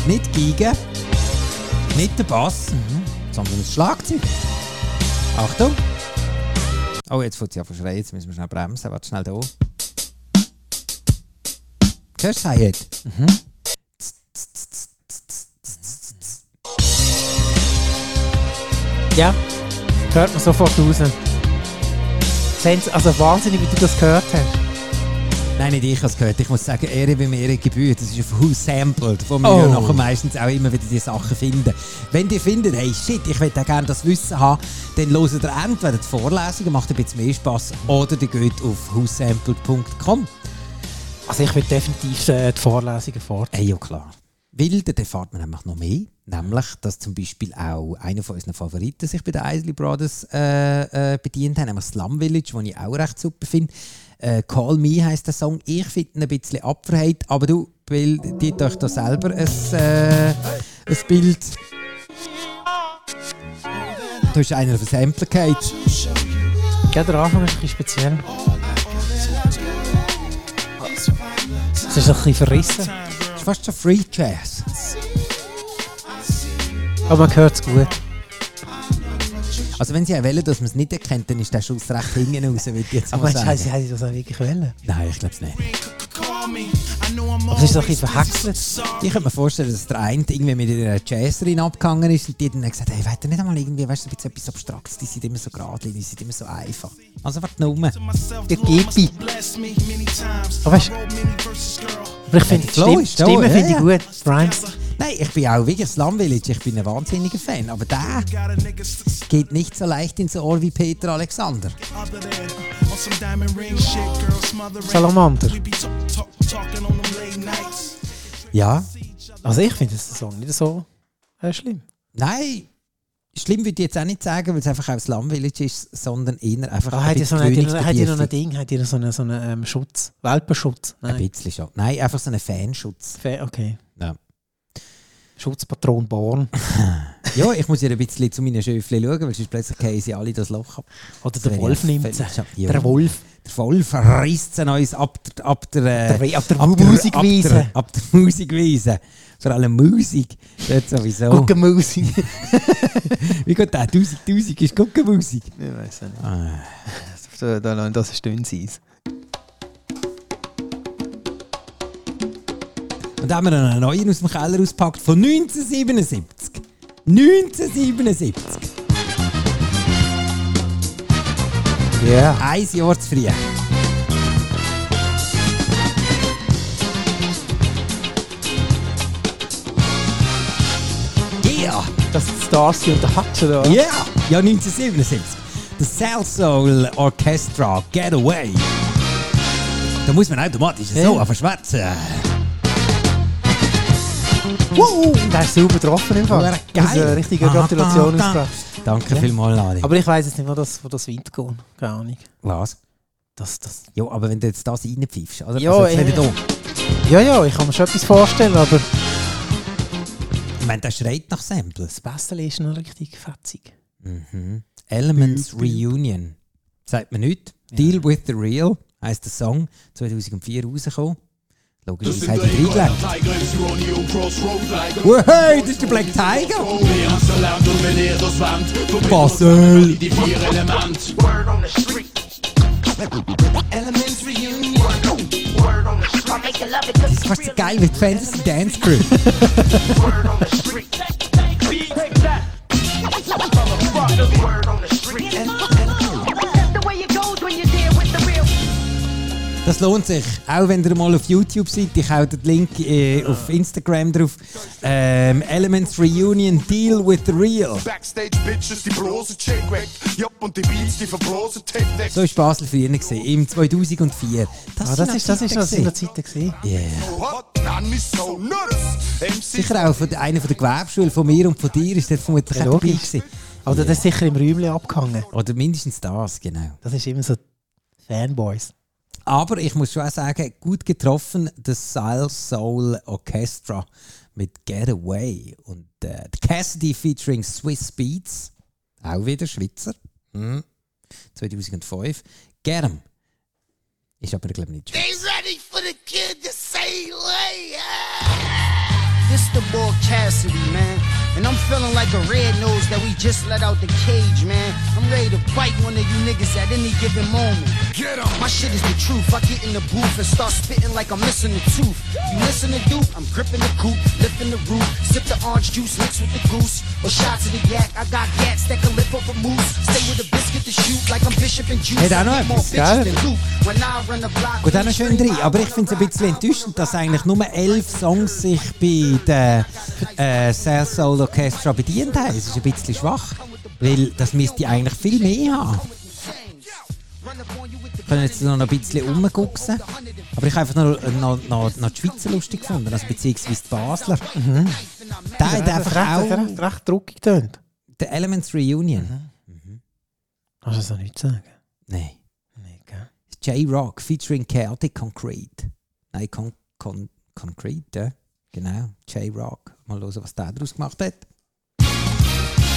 [SPEAKER 2] Nicht Geigen, nicht der Bass, mhm, sondern das Schlagzeug. Achtung! Oh, jetzt fängt sie an zu schreien, jetzt müssen wir schnell bremsen. Warte schnell da. Hörst du das Hi-Hat?
[SPEAKER 3] Ja, hört man sofort raus. Sens- Also wahnsinnig, wie du das gehört hast.
[SPEAKER 2] Nein, nicht ich habe es gehört. Ich muss sagen, Ehre wie mir Ehre gebührt. Das ist auf Who Sampled, wo wir
[SPEAKER 3] Oh.
[SPEAKER 2] ja nachher meistens auch immer wieder die Sachen finden. Wenn die finden, hey shit, ich will auch gerne das Wissen haben, dann loset ihr entweder die Vorlesungen, macht ein bisschen mehr Spass, oder ihr geht auf whosampled.com.
[SPEAKER 3] Also ich würde definitiv äh, die Vorlesungen fort.
[SPEAKER 2] Äh, ja, klar. Weil dann erfahrt man nämlich noch mehr. Nämlich, dass zum Beispiel auch einer von unseren Favoriten sich bei den Isley Brothers äh, äh, bedient hat, nämlich Slum Village, den ich auch recht super finde. Äh, Call Me heisst der Song. Ich finde ihn ein bisschen abverheit, aber du, weil die euch da selber ein, äh, ein Bild. Da ist einer auf ein Sample gefallen.
[SPEAKER 3] Gell, der Anfang ist ein bisschen speziell. Es ist ein bisschen verrissen,
[SPEAKER 2] Das ist fast schon Free Jazz.
[SPEAKER 3] aber man hört es gut.
[SPEAKER 2] Also, wenn sie auch wollen, dass man es nicht erkennt, dann ist der Schuss recht hinten raus, würde ich jetzt
[SPEAKER 3] Aber
[SPEAKER 2] mal
[SPEAKER 3] meinst du,
[SPEAKER 2] sagen.
[SPEAKER 3] haben sie haben sie das auch wirklich wollen?
[SPEAKER 2] Nein, ich glaube es nicht.
[SPEAKER 3] Aber es ist doch ein bisschen verhäckselt.
[SPEAKER 2] Ich könnte mir vorstellen, dass der eine irgendwie mit einer Jazzerin abgegangen ist und die dann gesagt hat, hey, wollt ihr nicht einmal irgendwie, weißt du, ein bisschen etwas Abstraktes, die sind immer so geradlinig, die sind immer so einfach. Also warte nur rum.
[SPEAKER 3] Der Gibi. Aber weißt du, aber ich finde die
[SPEAKER 2] Flow
[SPEAKER 3] Stimme,
[SPEAKER 2] ist da,
[SPEAKER 3] Stimme
[SPEAKER 2] ja,
[SPEAKER 3] finde ich
[SPEAKER 2] ja.
[SPEAKER 3] gut. Brian,
[SPEAKER 2] Nein, ich bin auch wirklich Slum Village, ich bin ein wahnsinniger Fan, aber der geht nicht so leicht ins Ohr wie Peter Alexander.
[SPEAKER 3] Salamander.
[SPEAKER 2] Ja?
[SPEAKER 3] Also ich finde das den Song nicht so äh, schlimm.
[SPEAKER 2] Nein, schlimm würde ich jetzt auch nicht sagen, weil es einfach auch Slum Village ist, sondern eher einfach
[SPEAKER 3] Ah, hat ihr so
[SPEAKER 2] bisschen
[SPEAKER 3] eine, hat ihr, hat ihr noch
[SPEAKER 2] Königsbedürftig.
[SPEAKER 3] ein Ding? Hat ihr so einen so eine, ähm, Schutz? Welpenschutz?
[SPEAKER 2] Ein
[SPEAKER 3] Nein.
[SPEAKER 2] bisschen schon. Nein, einfach so einen Fanschutz.
[SPEAKER 3] Fe- Okay.
[SPEAKER 2] Ja.
[SPEAKER 3] Schutzpatron Born.
[SPEAKER 2] Ja, ich muss hier ein bisschen zu meinen Schöfchen schauen, weil sonst plötzlich fallen sie alle das Loch ab.
[SPEAKER 3] Oder
[SPEAKER 2] Das
[SPEAKER 3] Also der
[SPEAKER 2] wäre
[SPEAKER 3] Wolf
[SPEAKER 2] ja
[SPEAKER 3] nimmt
[SPEAKER 2] völlig
[SPEAKER 3] sie.
[SPEAKER 2] scha- Ja.
[SPEAKER 3] Der Wolf.
[SPEAKER 2] Der Wolf reißt sie uns ab der, ab der,
[SPEAKER 3] Der
[SPEAKER 2] äh,
[SPEAKER 3] We- ab der
[SPEAKER 2] ab
[SPEAKER 3] Musikwiese.
[SPEAKER 2] Ab der, ab der Musikwiese. Vor allem Musik. Dort
[SPEAKER 3] Oh.
[SPEAKER 2] sowieso.
[SPEAKER 3] Guckenmusik.
[SPEAKER 2] Wie geht das? 1000, 1000 ist Guckenmusik.
[SPEAKER 3] ich weiß nicht.
[SPEAKER 2] Ah.
[SPEAKER 3] Da, da, das ist dünn Eis.
[SPEAKER 2] Und dann haben wir noch einen neuen aus dem Keller ausgepackt von 1977. 1977.
[SPEAKER 3] Ja.
[SPEAKER 2] Ein Jahr zu früh. Yeah!
[SPEAKER 3] Das ist Darcy und der Hutch, oder?
[SPEAKER 2] Ja, ja 1977. Das Cell Soul Orchestra Getaway. Da muss man automatisch so
[SPEAKER 3] Ja.
[SPEAKER 2] einfach schwätzen.
[SPEAKER 3] Wow! Der ist super getroffen im Fall.
[SPEAKER 2] Geil.
[SPEAKER 3] Das ist eine richtige
[SPEAKER 2] Ah,
[SPEAKER 3] Gratulation
[SPEAKER 2] ah, ah.
[SPEAKER 3] ausgebracht.
[SPEAKER 2] Danke
[SPEAKER 3] Ja.
[SPEAKER 2] vielmals, Ladi.
[SPEAKER 3] Aber ich weiß jetzt nicht, wo das, wo das Wind geht. Keine Ahnung.
[SPEAKER 2] was?
[SPEAKER 3] Das, das.
[SPEAKER 2] Ja, aber wenn du jetzt das reinpfiffst, oder?
[SPEAKER 3] Ja,
[SPEAKER 2] also jetzt
[SPEAKER 3] ja.
[SPEAKER 2] nicht da.
[SPEAKER 3] Ja, ja, ich kann mir schon etwas vorstellen, aber
[SPEAKER 2] Ich meine, der schreit nach Samples.
[SPEAKER 3] das Beste ist noch richtig fetzig.
[SPEAKER 2] Mhm. Elements Reunion. Sagt mir nicht. Deal with the Real heisst der Song. 2004 rausgekommen. Logisch, das hat er reingelegt. Hey, das ist der Black Tiger! Basel! Das ist fast so geil wie die Fantasy Dance Group.
[SPEAKER 5] The way it goes when you do
[SPEAKER 2] Das lohnt sich. Auch wenn ihr mal auf YouTube seid, ich hau den Link äh, auf Instagram drauf. Ähm, Elements Reunion Deal with the Real.
[SPEAKER 5] Backstage Bitches, die bloße Check weg. Jupp und die Beats, die verblosen Tech weg.
[SPEAKER 2] So war Basel früher gewesen, im 2004. Das,
[SPEAKER 3] Ah, das ist das ist was
[SPEAKER 2] Zeiten
[SPEAKER 3] in der Zeit gewesen.
[SPEAKER 2] gewesen. Yeah.
[SPEAKER 5] So hot, dann ist so nuts. MC
[SPEAKER 2] Sicher auch von der- einer von der Gewerbeschule von mir und von dir ist der vermutlich
[SPEAKER 3] Ja,
[SPEAKER 2] auch dabei
[SPEAKER 3] logisch.
[SPEAKER 2] gewesen.
[SPEAKER 3] Aber Also, das ist sicher im Räumchen abgehangen.
[SPEAKER 2] Oder mindestens das, genau.
[SPEAKER 3] Das ist immer so Fanboys.
[SPEAKER 2] Aber ich muss schon auch sagen, gut getroffen, das Soul Soul Orchestra mit Getaway und äh, die Cassidy featuring Swiss Beats, auch wieder Schweizer, hm. 2005. Germ. Ist aber, glaube ich, nicht Schweizer.
[SPEAKER 7] They ready for the kid to say later. This the boy Cassidy, man. And I'm feeling like a red nose that we just let out the cage, man. I'm ready to bite one of you niggas at any given moment.
[SPEAKER 5] Get 'em.
[SPEAKER 7] My shit is the truth. I get in the booth and start spitting like I'm missing a tooth. You listen to Duke, I'm gripping the coupe, lifting the roof, sip the orange juice, mix with the goose, or shots of the yak. I got gats that can lift up a moose. Stay with a biscuit to shoot like I'm Bishop and Juice.
[SPEAKER 2] Hey, da noch
[SPEAKER 7] I get more
[SPEAKER 2] etwas,
[SPEAKER 7] bitches
[SPEAKER 3] gell?
[SPEAKER 7] than Luke. When I run the block,
[SPEAKER 2] Gut, auch noch schön drin. Aber ich finde es ein bisschen enttäuschend, dass eigentlich nur elf Songs sich bei der äh, South Soul Orchestra bedient haben. Es ist ein bisschen schwach, weil das müsste ich eigentlich viel mehr haben. Wir können jetzt noch ein bisschen rumgucken. Aber ich habe einfach noch, noch, noch, noch die Schweizer lustig gefunden, also beziehungsweise die Basler. Der hat
[SPEAKER 3] Das
[SPEAKER 2] einfach
[SPEAKER 3] hat recht, recht,
[SPEAKER 2] auch
[SPEAKER 3] recht druckig tönt.
[SPEAKER 2] die Elements Reunion.
[SPEAKER 3] Kannst du so nichts sagen?
[SPEAKER 2] Nein.
[SPEAKER 3] Nein, gell?
[SPEAKER 2] J-Rock featuring Chaotic Concrete. Nein, Con Con Concrete, ja. Genau, J-Rock. Mal hören, was der daraus gemacht hat.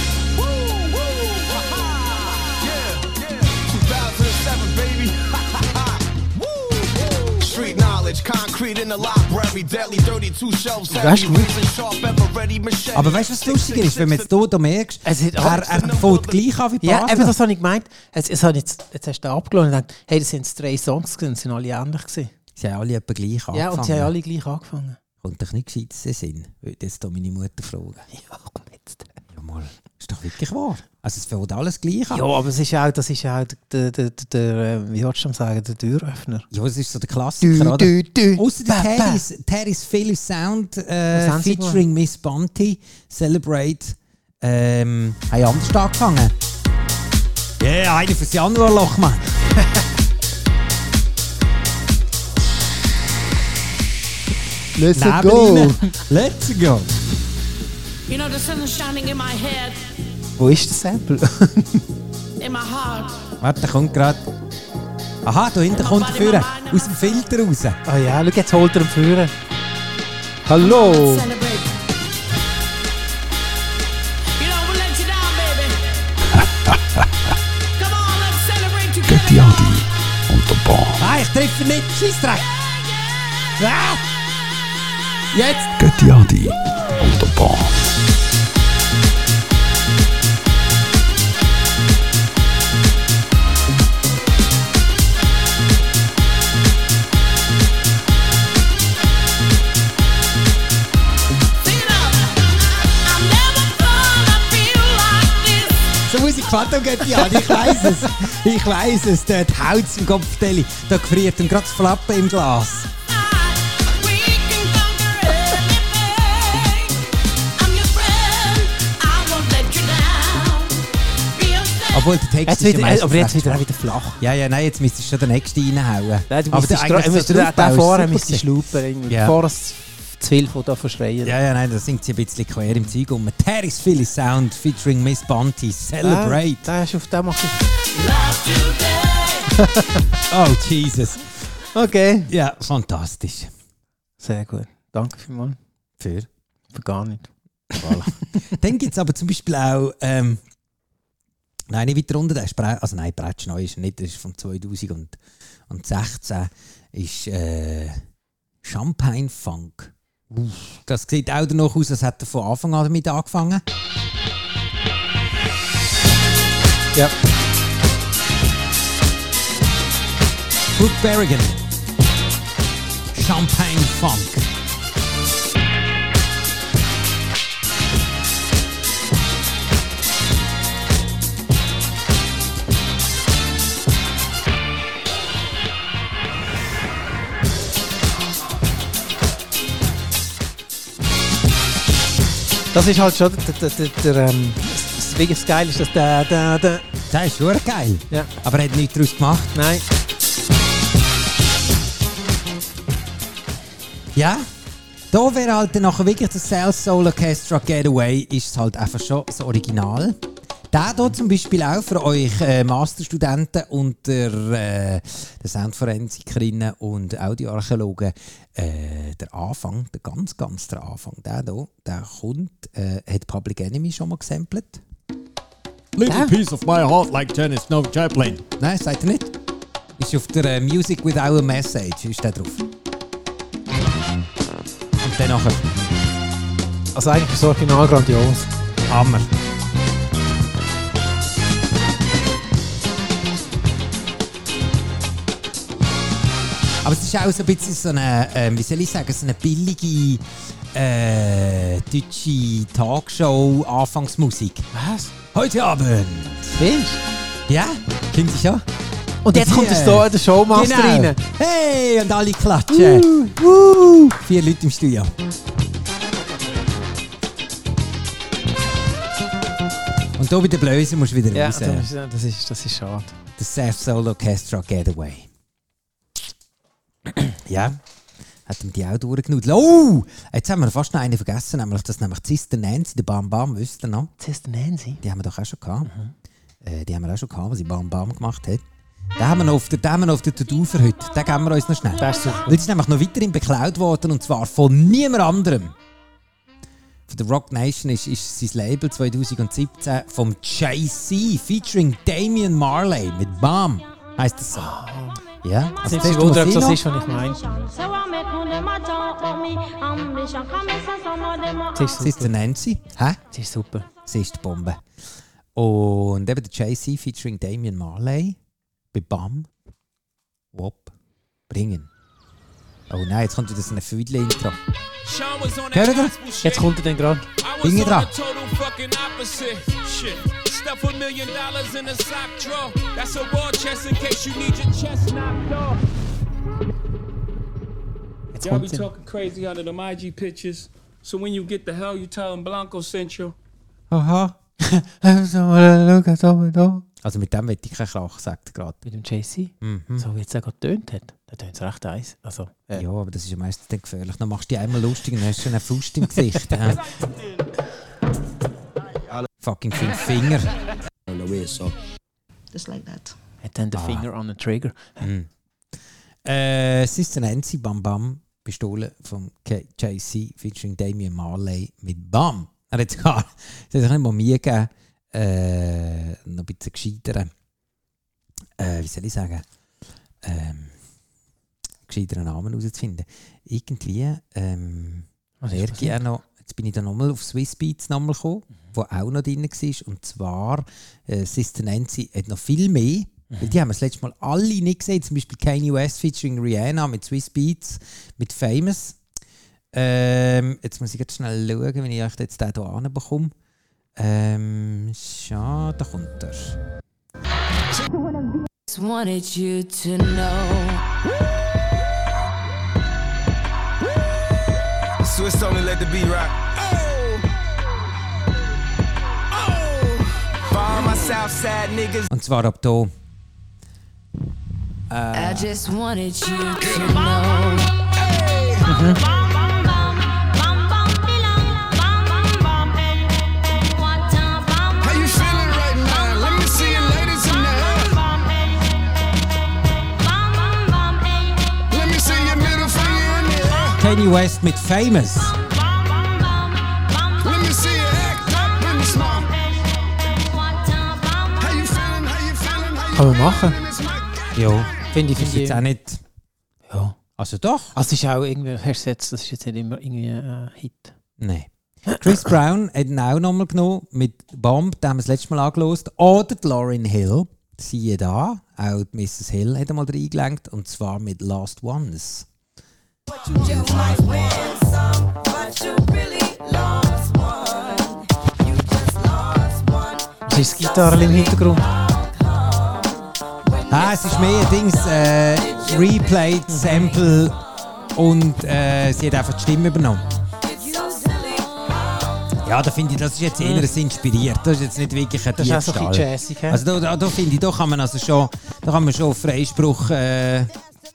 [SPEAKER 5] <laughs> Street knowledge, concrete in the library, deadly, dirty, two shelves,
[SPEAKER 3] Weißt du,
[SPEAKER 5] sharp, ever ready, machete.
[SPEAKER 2] Aber weißt du, was lustiger ist, wenn man jetzt hier da merkst,
[SPEAKER 3] Es hat-
[SPEAKER 2] er, er fängt gleich an wie
[SPEAKER 3] Ja,
[SPEAKER 2] Basler.
[SPEAKER 3] eben das habe ich gemeint. Jetzt, jetzt, habe ich, jetzt, jetzt hast du abgelohnt und gedacht, hey, das sind jetzt drei Songs gewesen, das sind alle ähnlich gewesen.
[SPEAKER 2] Sie haben alle etwa gleich angefangen.
[SPEAKER 3] Ja, und sie haben alle gleich angefangen.
[SPEAKER 2] Kommt doch nicht gescheit in den Sinn, würde jetzt hier meine Mutter fragen.
[SPEAKER 3] <laughs> Ja, komm jetzt.
[SPEAKER 2] Ja mal, ist doch wirklich wahr. Also es fängt alles gleich an.
[SPEAKER 3] Ja, aber es ist auch, das ist auch der, der, der, der äh, wie würdest du sagen, der Türöffner.
[SPEAKER 2] Ja, es ist so der Klassiker, oder?
[SPEAKER 3] dü,
[SPEAKER 2] Außer
[SPEAKER 3] bä, bä.
[SPEAKER 2] Terry's, Terry's Phyllis Sound äh,
[SPEAKER 3] Was haben sie
[SPEAKER 2] featuring Miss Bunty, Celebrate, ähm, haben anders angefangen. Ja, yeah, eine fürs Januarloch, Mann.
[SPEAKER 3] Let's
[SPEAKER 2] Nebel rein. Let's
[SPEAKER 3] <laughs>
[SPEAKER 2] go.
[SPEAKER 8] You know, the sun is shining in my head,
[SPEAKER 3] Wo ist das Sample?
[SPEAKER 8] in my heart.
[SPEAKER 2] Warte, der kommt gerade. Aha, da hinten kommt er führen. Aus dem Filter raus.
[SPEAKER 3] Ah ja, schau, jetzt holt er ihn führen. Hallo!
[SPEAKER 8] Celebrate. You know, we'll let you down, baby.
[SPEAKER 5] <laughs>
[SPEAKER 8] Come on, let's celebrate
[SPEAKER 1] Götti
[SPEAKER 8] together.
[SPEAKER 1] Adi und der Bahn.
[SPEAKER 2] Ah, ich treffe nicht. Scheissdreck. Ah! Jetzt.
[SPEAKER 1] Götti Adi und der Bahn.
[SPEAKER 8] Sing it out. I'm never gonna feel like this.
[SPEAKER 2] So Musik gefällt dem Götti an, ich weiss es. Ich weiss es, dort haut es im Kopfdeli. Da gefriert ihm gerade das Flappen im Glas.
[SPEAKER 8] We can conquer anything. I'm your friend. I won't let you down. Feel safe.
[SPEAKER 2] Obwohl, der Text
[SPEAKER 3] Jetzt
[SPEAKER 2] ist ja
[SPEAKER 3] wieder,
[SPEAKER 2] meistens
[SPEAKER 3] aber jetzt
[SPEAKER 2] recht
[SPEAKER 3] wieder auch
[SPEAKER 2] schwach.
[SPEAKER 3] wieder flach.
[SPEAKER 2] Ja, ja, nein, jetzt müsstest du schon den nächsten reinhauen.
[SPEAKER 3] aber
[SPEAKER 2] der
[SPEAKER 3] der
[SPEAKER 2] eigentlich so
[SPEAKER 3] müsstest du den-
[SPEAKER 2] draufbauen ist
[SPEAKER 3] den
[SPEAKER 2] super
[SPEAKER 3] vorher müsstest
[SPEAKER 2] gewesen.
[SPEAKER 3] du schlaupen.
[SPEAKER 2] Ja.
[SPEAKER 3] Ja. Bevor es zu viel von da verschreien.
[SPEAKER 2] Ja, ja, nein, da singt sie ein bisschen quer im Zeug um. Terry's Philly Sound featuring Miss Bunty. Celebrate.
[SPEAKER 3] Ah, Da hast du auf den machst
[SPEAKER 8] Love today.
[SPEAKER 3] Ah.
[SPEAKER 2] Oh, Jesus.
[SPEAKER 3] du. Okay.
[SPEAKER 2] Ja, fantastisch.
[SPEAKER 3] Sehr gut. Danke vielmals.
[SPEAKER 2] Für.
[SPEAKER 3] Für gar nicht.
[SPEAKER 2] Dann gibt es aber zum Beispiel auch. Ähm, nein, nicht weiter runter. Der ist Bre also nein, Bretsch neu ist er nicht. Das ist von 2016. Ist äh, Champagne Funk. Das sieht auch danach aus, als hätte er von Anfang an damit angefangen.
[SPEAKER 3] Ja.
[SPEAKER 2] Brooke Berrigan. Champagne Funk.
[SPEAKER 3] Das ist halt schon der, der, der, der, ähm, das wirklich Geile ist, dass der, der, der,
[SPEAKER 2] Das ist schon geil.
[SPEAKER 3] ja,
[SPEAKER 2] Aber er hat nichts daraus gemacht.
[SPEAKER 3] nein.
[SPEAKER 2] Ja. Da wäre halt dann nachher wirklich das Sales Soul Orchestra Getaway, ist es halt einfach schon das Original. Der hier zum Beispiel auch für euch äh, Masterstudenten und der, äh, der Soundforensikerinnen und Audioarchäologen äh, der Anfang, der ganz, ganz der Anfang. Der hier, der kommt, äh, hat Public Enemy schon mal gesampelt.
[SPEAKER 9] Little piece of my heart like Janis Snow Chaplin.
[SPEAKER 2] Nein, sagt er nicht. Ist auf der äh, Music Without a Message, ist der drauf. Und dann nachher.
[SPEAKER 3] Also eigentlich ist das Original grandios.
[SPEAKER 2] Hammer. Aber es ist auch so ein bisschen so eine, ähm, wie soll ich sagen, so eine billige äh, deutsche Talkshow-Anfangsmusik.
[SPEAKER 3] Was?
[SPEAKER 2] Heute Abend.
[SPEAKER 3] Findest
[SPEAKER 2] Ja, kennt ihr schon?
[SPEAKER 3] Und jetzt
[SPEAKER 2] Die,
[SPEAKER 3] kommt es
[SPEAKER 2] äh,
[SPEAKER 3] so in der Showmaster rein.
[SPEAKER 2] Hey, und alle klatschen. Vier Leute im Studio. Und da bei den Blösen musst du wieder
[SPEAKER 3] Ja,
[SPEAKER 2] raus.
[SPEAKER 3] das ist, das, ist, das ist schade.
[SPEAKER 2] Das Surf Soul Orchestra Getaway. ja, hat ihm die auch durchgenutzt. Oh, jetzt haben wir fast noch einen vergessen, nämlich das nämlich die Sister Nancy, der Bam Bam, wisst ihr noch?
[SPEAKER 3] Sister Nancy.
[SPEAKER 2] Die haben wir doch auch schon gehabt.
[SPEAKER 3] Mhm.
[SPEAKER 2] Äh, die haben wir auch schon gehabt, was sie Bam Bam gemacht hat. Den haben wir noch auf der, den haben wir noch auf der To-Do für heute. Den geben wir uns noch schnell.
[SPEAKER 3] Das ist super.
[SPEAKER 2] Weil es ist nämlich noch weiterhin beklaut worden und zwar von niemand anderem. Von der Rock Nation ist, ist sein Label 2017 vom JC featuring Damian Marley mit Bam heißt das so. Ja, also
[SPEAKER 3] Sind Sie
[SPEAKER 2] ist
[SPEAKER 3] wundern, ob das
[SPEAKER 2] Mozilla.
[SPEAKER 3] ist, was ich meine? Das ist
[SPEAKER 2] Das ist der
[SPEAKER 3] super.
[SPEAKER 2] Nancy. Hä?
[SPEAKER 3] Das ist super.
[SPEAKER 2] Sie ist die Bombe. Und eben der JC featuring Damian Marley bei Bam. Wop. Bringen. Oh nein, jetzt kommt wieder so ein Füdle-Intro. Hört ihr?
[SPEAKER 3] Jetzt kommt er dann gerade.
[SPEAKER 2] Hinge dran.
[SPEAKER 3] Jetzt
[SPEAKER 10] Y'all be
[SPEAKER 3] kommt er.
[SPEAKER 10] talking crazy under them IG pictures. So when you get the hell, you tell them Blanco sent you.
[SPEAKER 3] Aha. Mit
[SPEAKER 2] Also mit dem will ich keinen Krach, sagt er gerade. Mhm.
[SPEAKER 3] dem JC. So wie jetzt er gerade tönt hat. Da tönt es recht eins. Also, äh,
[SPEAKER 2] Ja, aber das ist ja meistens dann gefährlich. Dann machst du dich einmal lustig und dann hast du schon einen Fuß im Gesicht. hä? Fucking fünf Finger.
[SPEAKER 3] hat dann den Finger on the Trigger.
[SPEAKER 2] Hm. Äh, Sister Nancy Bam Bam, Pistole von K- JC featuring Damian Marley mit Bam. Er hat sogar, es hat sich nicht mal Mühe gegeben, äh, noch ein bisschen gescheiteren, äh, wie soll ich sagen, ähm, gescheiteren Namen herauszufinden. Irgendwie, ähm,
[SPEAKER 3] Was ist
[SPEAKER 2] Merke ich auch noch, jetzt bin ich da nochmal auf Swiss Beats nochmal gekommen, wo auch noch drin war. Und zwar, äh, Sister Nancy hat noch viel mehr, weil die haben wir das letzte Mal alle nicht gesehen. Zum Beispiel Kanye West featuring Rihanna mit Swiss Beats, mit Famous. Ähm, jetzt muss ich jetzt schnell schauen, wenn ich euch jetzt den hier anbekomme. Ähm, schade, da kommt er.
[SPEAKER 8] Just wanted you to know.
[SPEAKER 5] Swiss only let the beat rock. Oh. Oh. For all my Southside niggas.
[SPEAKER 2] Und zwar ab hier.
[SPEAKER 8] I just wanted you to know.
[SPEAKER 5] How you feeling right now? Let me see you ladies in the air. Let me see your middle finger in the air.
[SPEAKER 2] Kanye West mit Famous.
[SPEAKER 5] Let me see you act up in the small. How you feeling? How
[SPEAKER 3] Kann
[SPEAKER 5] you feeling? How you
[SPEAKER 3] man machen.
[SPEAKER 5] feeling? It's my
[SPEAKER 2] Ja,
[SPEAKER 3] Finde ich,
[SPEAKER 2] ist
[SPEAKER 3] finde ich.
[SPEAKER 2] jetzt auch nicht.
[SPEAKER 3] Ja.
[SPEAKER 2] Also doch.
[SPEAKER 3] Also, es ist auch irgendwie, hörst du jetzt, das ist jetzt nicht immer irgendwie ein Hit.
[SPEAKER 2] Nein. Chris Brown hat ihn auch nochmal genommen mit Bomb, den haben wir das letzte Mal angelost. Oder die Lauryn Hill, siehe da, auch die Mrs. Hill hat einmal reingelenkt und zwar mit Last Ones.
[SPEAKER 3] Es ist das Gitarre im Hintergrund.
[SPEAKER 2] Ah, es ist mehr Dings, äh, Replay, Sample und äh, sie hat einfach die Stimme übernommen. Ja, da finde ich, das ist jetzt eher ein inspiriert. Das ist jetzt nicht wirklich ein
[SPEAKER 3] Das ist auch so ein
[SPEAKER 2] Diebstahl.
[SPEAKER 3] bisschen jazzig, hä?
[SPEAKER 2] Also da, da, da finde ich, da kann man also schon, da kann man schon auf Freispruch, äh,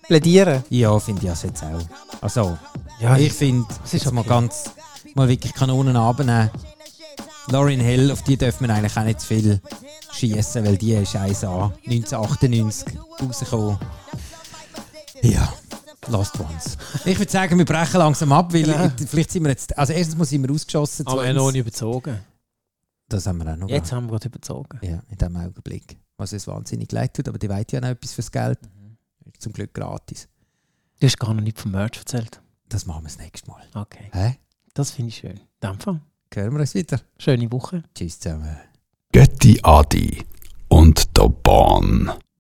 [SPEAKER 3] Plädieren.
[SPEAKER 2] ja, finde ich also jetzt auch. Also,
[SPEAKER 3] Ja,
[SPEAKER 2] ich finde,
[SPEAKER 3] es
[SPEAKER 2] es
[SPEAKER 3] ist
[SPEAKER 2] ist mal
[SPEAKER 3] okay.
[SPEAKER 2] ganz, mal wirklich Kanonen abnehmen. Lauren Hill, auf die dürfen wir eigentlich auch nicht zu viel schießen, weil die ist 1A, 1998 rausgekommen. Ja, Lost Ones. Ich würde sagen, wir brechen langsam ab, weil
[SPEAKER 3] Genau.
[SPEAKER 2] ich- vielleicht sind wir jetzt, also erstens mal sind wir ausgeschossen.
[SPEAKER 3] Aber
[SPEAKER 2] zweitens-
[SPEAKER 3] noch nicht überzogen.
[SPEAKER 2] Das haben wir auch noch.
[SPEAKER 3] Jetzt haben wir gerade überzogen.
[SPEAKER 2] Ja, in diesem Augenblick. Was es wahnsinnig leid tut, aber die weiß ja noch etwas fürs Geld.
[SPEAKER 3] Mhm.
[SPEAKER 2] Ist Zum Glück gratis.
[SPEAKER 3] Du hast gar noch nicht vom Merch erzählt.
[SPEAKER 2] Das machen wir das nächste Mal.
[SPEAKER 3] Okay.
[SPEAKER 2] Hä?
[SPEAKER 3] Das finde ich schön. In dem Fall.
[SPEAKER 2] Hören wir uns wieder.
[SPEAKER 3] Schöne Woche.
[SPEAKER 2] Tschüss zusammen.
[SPEAKER 1] Götti Adi und der Bahn.